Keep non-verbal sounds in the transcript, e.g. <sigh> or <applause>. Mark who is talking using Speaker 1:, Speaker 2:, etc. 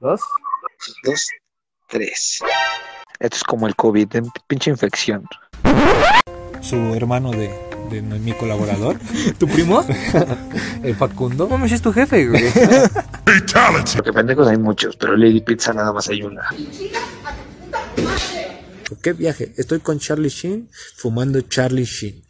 Speaker 1: dos.
Speaker 2: Dos, tres. Esto es como el COVID, de pinche infección.
Speaker 3: Su hermano de, de mi colaborador,
Speaker 1: <laughs> ¿Tu
Speaker 3: <laughs>
Speaker 1: primo?
Speaker 3: el Facundo.
Speaker 1: ¿Cómo es tu jefe, güey?
Speaker 2: Porque pendejos hay muchos, pero Lady Pizza nada más hay una.
Speaker 3: ¿Qué viaje? Estoy con Charlie Sheen fumando Charlie Sheen.